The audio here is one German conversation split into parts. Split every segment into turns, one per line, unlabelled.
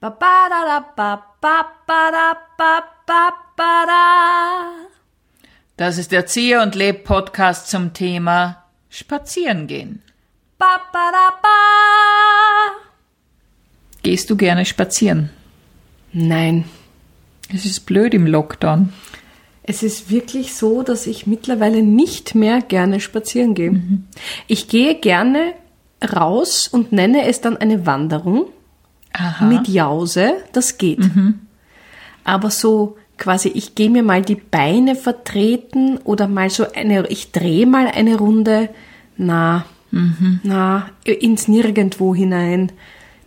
Ba ba da da ba ba ba da ba ba ba da.
Das ist der Ziehe und Leb Podcast zum Thema Spazieren gehen.
Ba ba da ba.
Gehst du gerne spazieren?
Nein.
Es ist blöd im Lockdown.
Es ist wirklich so, dass ich mittlerweile nicht mehr gerne spazieren gehe.
Mhm.
Ich gehe gerne raus und nenne es dann eine Wanderung
Aha. Mhm.
mit Jause. Das geht. Aber so quasi, ich gehe mir mal die Beine vertreten oder mal so eine, ich drehe mal eine Runde. Na,
Mhm.
na, ins Nirgendwo hinein.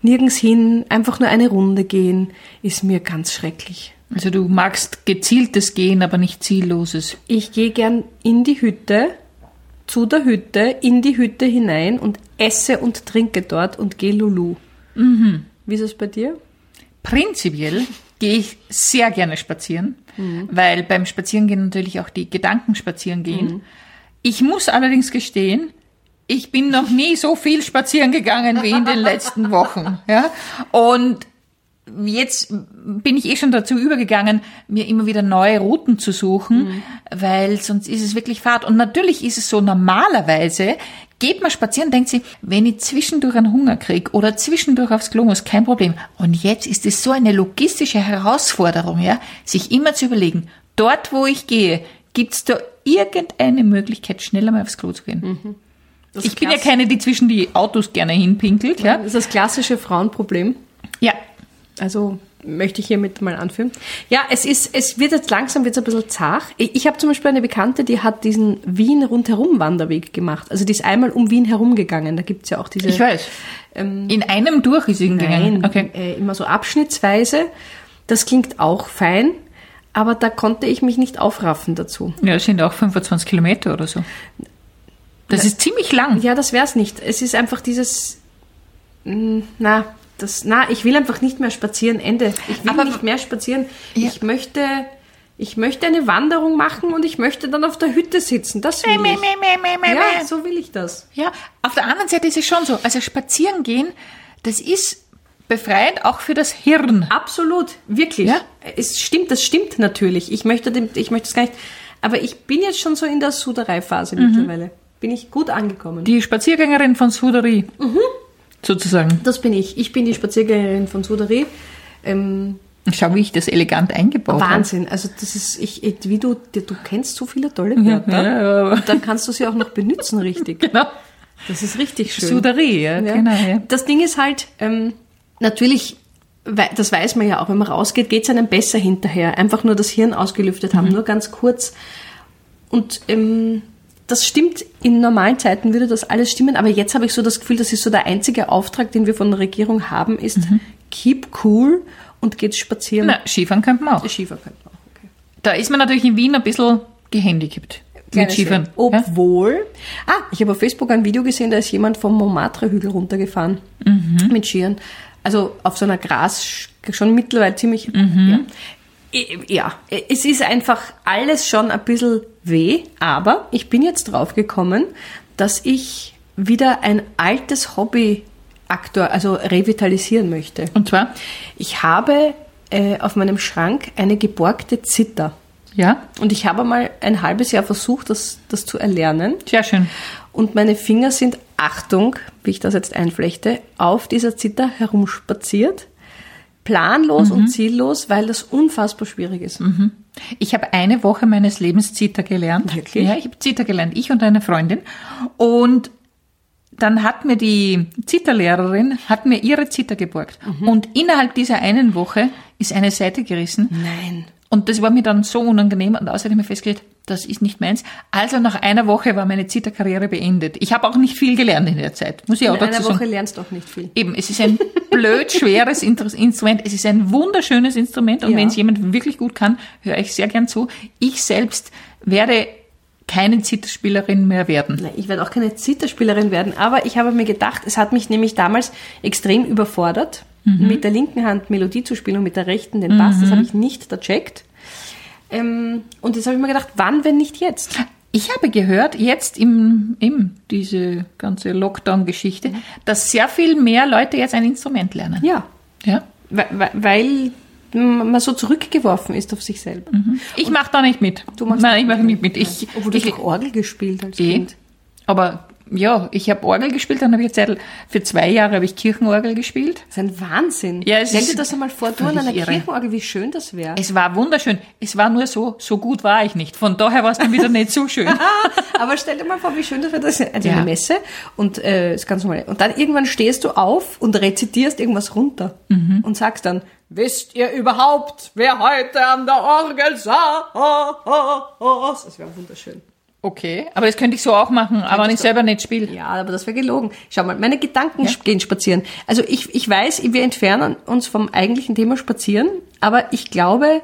Nirgends hin, einfach nur eine Runde gehen, ist mir ganz schrecklich.
Also du magst gezieltes Gehen, aber nicht zielloses.
Ich gehe gern in die Hütte, zu der Hütte, in die Hütte hinein und esse und trinke dort und gehe Lulu.
Mhm.
Wie ist es bei dir?
Prinzipiell gehe ich sehr gerne spazieren, weil beim Spazierengehen natürlich auch die Gedanken spazieren gehen. Ich muss allerdings gestehen, ich bin noch nie so viel spazieren gegangen wie in den letzten Wochen. Ja? Und jetzt bin ich eh schon dazu übergegangen, mir immer wieder neue Routen zu suchen, weil sonst ist es wirklich Fahrt. Und natürlich ist es so, normalerweise geht man spazieren, denkt sie, wenn ich zwischendurch einen Hunger krieg oder zwischendurch aufs Klo muss, kein Problem. Und jetzt ist es so eine logistische Herausforderung, ja, sich immer zu überlegen, dort wo ich gehe, gibt's da irgendeine Möglichkeit, schneller mal aufs Klo zu gehen. Ich
Also
bin ja keine, die zwischen die Autos gerne hinpinkelt, ja.
Das ist das klassische Frauenproblem.
Ja,
Also möchte ich hiermit mal anführen. Ja, es ist, es wird jetzt langsam wird's ein bisschen zart. Ich, ich habe zum Beispiel eine Bekannte, die hat diesen Wien rundherum Wanderweg gemacht. Also die ist einmal um Wien herumgegangen. Da gibt's ja auch diese.
ich weiß. In einem durch ist sie hingegangen.
Nein,
Okay.
äh, immer so abschnittsweise. Das klingt auch fein, aber da konnte ich mich nicht aufraffen dazu.
Ja, es sind auch 25 Kilometer oder so. Das ist ziemlich lang.
Ja, das wär's nicht. Es ist einfach dieses, mm, na, das, na, ich will einfach nicht mehr spazieren. Ende. Ich will
Aber-
nicht mehr spazieren. Ich möchte, ich möchte eine Wanderung machen und ich möchte dann auf der Hütte sitzen. Das will
Meh, meh,
ich.
meh, meh, meh,
Ja,
meh.
so will ich das.
Ja, auf der anderen Seite ist es schon so. Also spazieren gehen, das ist befreiend auch für das Hirn.
Absolut, wirklich.
Ja.
Es stimmt, das stimmt natürlich. Ich möchte, dem, ich möchte es gar nicht. Aber ich bin jetzt schon so in der Suderei-Phase mittlerweile. Bin ich gut angekommen.
Mhm. Die Spaziergängerin von Suderie.
Mhm.
Sozusagen.
das bin ich. Ich bin die Spaziergängerin von Suderei. Ähm,
Schau, wie ich das elegant eingebaut
Wahnsinn. Also das ist, ich, ich- wie du, dir- du kennst so viele tolle
habe.
Wörter.
Mhm, Ja, ja,
Und dann kannst du sie auch noch benutzen, richtig.
genau.
Das ist richtig schön.
Suderie, ja,
Ja.
genau. Ja.
Das Ding ist halt, ähm, natürlich, wei- das weiß man ja auch, wenn man rausgeht, geht es einem besser hinterher. Einfach nur das Hirn ausgelüftet
Mhm.
haben, nur ganz kurz. Und ähm, das stimmt, in normalen Zeiten würde das alles stimmen, aber jetzt habe ich so das Gefühl, das ist so der einzige Auftrag, den wir von der Regierung haben, ist, keep cool und geht spazieren.
Mhm. Na, Skifahren könnte man auch.
Schiefer könnte man auch, okay.
Da ist man natürlich in Wien ein bisschen gehandicapt. Mit
Kleines
Skifahren.
Schild.
Ja?
Obwohl, ah, ich habe auf Facebook ein Video gesehen, da ist jemand vom Montmartre-Hügel runtergefahren mit Skiern. Also auf so einer Gras, schon mittlerweile ziemlich. Ja. I- ja, es ist einfach alles schon ein bisschen weh, aber ich bin jetzt drauf gekommen, dass ich wieder ein altes Hobby aktor, also revitalisieren möchte.
Und zwar,
Ich habe äh, auf meinem Schrank eine geborgte Zither.
ja,
Und ich habe mal ein halbes Jahr versucht, das, das zu erlernen.
sehr schön.
Und meine Finger sind, Achtung, wie ich das jetzt einflechte, auf dieser Zither herumspaziert. Planlos und ziellos, weil das unfassbar schwierig ist.
Ich habe eine Woche meines Lebens Zither gelernt.
Wirklich?
Ja, ich habe Zither gelernt, ich und eine Freundin. Und dann hat mir die Zitherlehrerin, hat mir ihre Zither geborgt.
Mhm.
Und innerhalb dieser einen Woche ist eine Seite gerissen.
Nein.
Und das war mir dann so unangenehm und außerdem habe ich festgestellt, das ist nicht meins. Also nach einer Woche war meine Zitterkarriere beendet. Ich habe auch nicht viel gelernt in der Zeit, muss ich auch
In
dazu
einer
sagen.
Woche lernst du auch nicht viel.
Eben, es ist ein blöd schweres Inter- Instrument. Es ist ein wunderschönes Instrument und
Ja.
wenn es jemand wirklich gut kann, höre ich sehr gern zu. Ich selbst werde keine Zitterspielerin mehr werden.
Nein, ich werde auch keine Zitherspielerin werden, aber ich habe mir gedacht, es hat mich nämlich damals extrem überfordert, mit der linken Hand Melodie zu spielen und mit der rechten den Bass. Das habe ich nicht gecheckt. Ähm, und jetzt habe ich mir gedacht, wann, wenn nicht jetzt?
Ich habe gehört, jetzt im, im diese
Mhm.
ganze Lockdown-Geschichte, dass sehr viel mehr Leute jetzt ein Instrument lernen.
Ja,
Ja?
weil, weil- weil man so zurückgeworfen ist auf sich selber.
Mhm. Ich mache da nicht mit.
Du machst
Nein, ich mache nicht mit. Ich,
Obwohl du
ich,
doch Orgel gespielt als
eh.
Kind.
Aber ja, ich habe Orgel gespielt, dann habe ich eine Zeit, für zwei Jahre habe ich Kirchenorgel gespielt.
Das ist ein Wahnsinn.
Ja, es
Stell
ist
dir das einmal vor, du an
völlig
einer
irre.
Kirchenorgel, wie schön das wäre.
Es war wunderschön. Es war nur so, so gut war ich nicht. Von daher war es dann wieder nicht so schön.
Ah, Aber stell dir mal vor, wie schön das wäre, das ist also
Ja.
eine Messe und äh, ist ganz normal. Und dann irgendwann stehst du auf und rezitierst irgendwas runter
Mhm.
und sagst dann, wisst ihr überhaupt, wer heute an der Orgel saß? Das wäre wunderschön.
Okay, aber das könnte ich so auch machen, aber wenn ich selber nicht spiele.
Ja, aber das wäre gelogen. Schau mal, meine Gedanken sp- gehen spazieren. Also ich, ich weiß, wir entfernen uns vom eigentlichen Thema spazieren, aber ich glaube,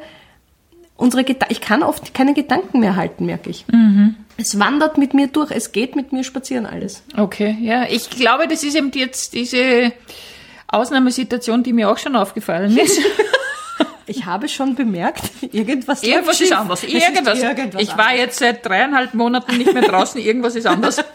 unsere Geda ich kann oft keine Gedanken mehr halten, merke ich.
Mhm.
Es wandert mit mir durch, es geht mit mir spazieren alles.
Okay, ja. Ich glaube, das ist eben jetzt diese Ausnahmesituation, die mir auch schon aufgefallen ist.
Ich habe schon bemerkt, irgendwas, läuft
irgendwas ist
schief.
anders.
Es
Irgendwas.
Ist irgendwas
ich war jetzt seit dreieinhalb Monaten nicht mehr draußen. Irgendwas ist anders.
anders.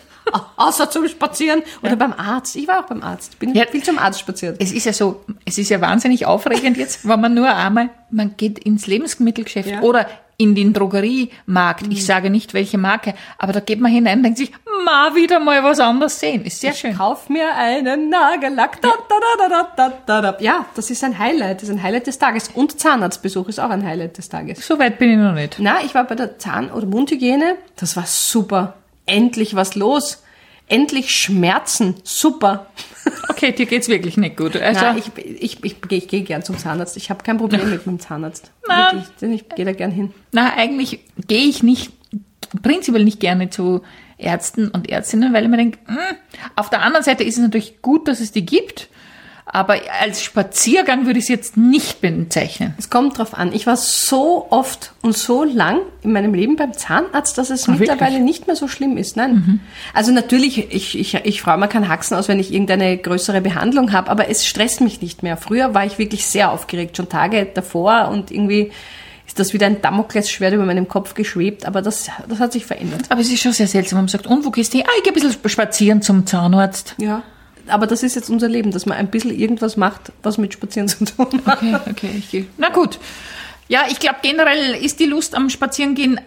Außer zum Spazieren oder beim Arzt. Ich war auch beim Arzt. Bin
Ja.
viel zum Arzt spaziert.
Es ist ja so, es ist ja wahnsinnig aufregend jetzt, wenn man nur einmal, man geht ins Lebensmittelgeschäft
Ja. Mhm.
oder in den Drogeriemarkt. Ich sage nicht welche Marke, aber da geht man hinein und denkt sich, mal wieder mal was anderes sehen. Ist sehr schön.
Kauf mir einen Nagellack. Da, da, da, da, da, da, da, da. Ja, das ist ein Highlight. Das ist ein Highlight des Tages. Und Zahnarztbesuch ist auch ein Highlight des Tages.
So weit bin ich noch nicht.
Na, ich war bei der Zahn- oder Mundhygiene. Das war super. Endlich was los. Endlich Schmerzen. Super.
Okay, dir geht's wirklich nicht gut. Also,
Na, ich, ich, ich, ich gehe gern zum Zahnarzt. Ich habe kein Problem mit meinem Zahnarzt.
Na.
Wirklich, denn ich gehe da gern hin.
na, eigentlich gehe ich nicht, prinzipiell nicht gerne zu Ärzten und Ärztinnen, weil ich mir denke, hm, auf der anderen Seite ist es natürlich gut, dass es die gibt, aber als Spaziergang würde ich es jetzt nicht bezeichnen.
Es kommt drauf an. Ich war so oft und so lang in meinem Leben beim Zahnarzt, dass es
Ah, wirklich? Mhm.
mittlerweile nicht mehr so schlimm ist. Nein. Also natürlich, ich, ich, ich freue mir keinen Haxen aus, wenn ich irgendeine größere Behandlung habe, aber es stresst mich nicht mehr. Früher war ich wirklich sehr aufgeregt, schon Tage davor und irgendwie ist das wieder ein Damoklesschwert über meinem Kopf geschwebt, aber das, das hat sich verändert.
Aber es ist schon sehr seltsam. Man sagt, und wo gehst du hin? Ah, ich gehe ein bisschen spazieren zum Zahnarzt.
Ja. Aber das ist jetzt unser Leben, dass man ein bisschen irgendwas macht, was mit Spazieren zu tun hat.
Okay, okay, ich gehe. Na gut. Ja, ich glaube, generell ist die Lust am Spazierengehen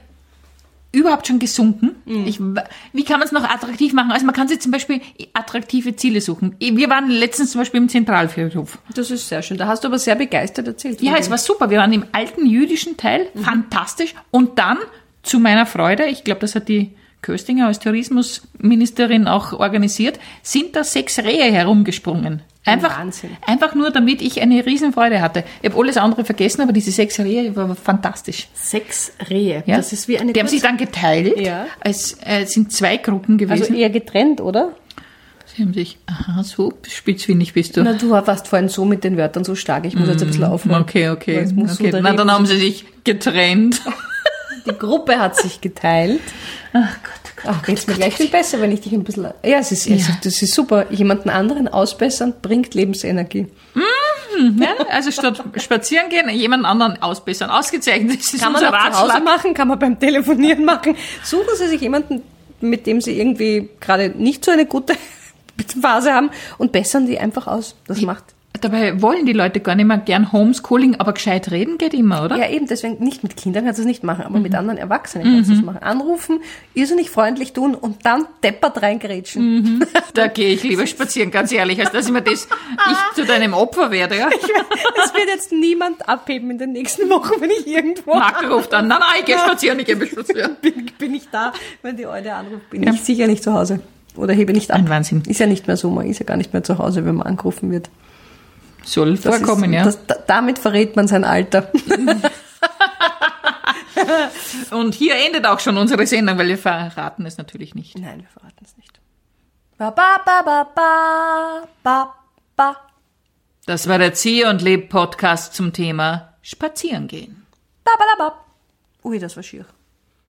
überhaupt schon gesunken. Ich, w- wie kann man es noch attraktiv machen? Also man kann sich zum Beispiel attraktive Ziele suchen. Wir waren letztens zum Beispiel im Zentralfriedhof.
Das ist sehr schön. Da hast du aber sehr begeistert erzählt. von
Ja,
dem.
es war super. Wir waren im alten jüdischen Teil,
Mhm.
fantastisch. Und dann, zu meiner Freude, ich glaube, das hat die Köstinger als Tourismusministerin auch organisiert, sind da sechs Rehe herumgesprungen. Einfach,
Wahnsinn.
einfach nur, damit ich eine Riesenfreude hatte. Ich habe alles andere vergessen, aber diese sechs Rehe war fantastisch.
Sechs Rehe.
Ja?
Das ist wie eine
die haben sich dann geteilt.
Ja.
Es äh, sind zwei Gruppen gewesen.
Also eher getrennt, oder?
Sie haben sich, aha, so spitzfindig bist du.
Na, du warst vorhin so mit den Wörtern so stark. Ich muss jetzt ein bisschen
Mhm.
aufhören.
okay, okay.
Das muss so
okay.
der
Na,
Leben
dann haben sie sich getrennt.
Die Gruppe hat sich geteilt.
Ach Gott, Gott.
Ach, geht's mir gleich viel besser, wenn ich dich ein bisschen... Ja, es ist, es
Ja.
ist- das ist super. Jemanden anderen ausbessern bringt Lebensenergie.
Ja, also statt spazieren gehen, jemand anderen ausbessern. Ausgezeichnet. Das ist
Kann man
unser
auch zu Hause
Ratschlag.
machen, kann man beim Telefonieren machen. Suchen Sie sich jemanden, mit dem Sie irgendwie gerade nicht so eine gute Phase haben und bessern die einfach aus. Das macht...
Dabei wollen die Leute gar nicht mehr gern Homeschooling, aber gescheit reden geht immer, oder?
Ja, eben, deswegen nicht mit Kindern kannst du es nicht machen, aber
Mhm.
mit anderen Erwachsenen kannst du es machen. Anrufen, irrsinnig freundlich tun und dann deppert reingrätschen.
Da gehe ich lieber spazieren, ganz ehrlich, als dass ich mir das, ich zu deinem Opfer werde, ja?
Das wird jetzt niemand abheben in den nächsten Wochen, wenn ich irgendwo
Marco ruft an, nein, nein, ich gehe spazieren, ich gehe spazieren.
bin, bin ich da, wenn die Eule anruft, bin ich sicher nicht zu Hause. Oder hebe nicht ab.
Ein Wahnsinn.
Ist ja nicht mehr so, man ist ja gar nicht mehr zu Hause, wenn man angerufen wird.
Soll
Das
vorkommen,
ist,
ja.
das, da, damit verrät man sein Alter.
Und hier endet auch schon unsere Sendung, weil wir verraten es natürlich nicht.
Nein, wir verraten es nicht.
Ba ba ba ba ba ba ba.
Das war der Zieh und Leb Podcast zum Thema Spazierengehen.
Ba ba da ba.
Ui, das war schier.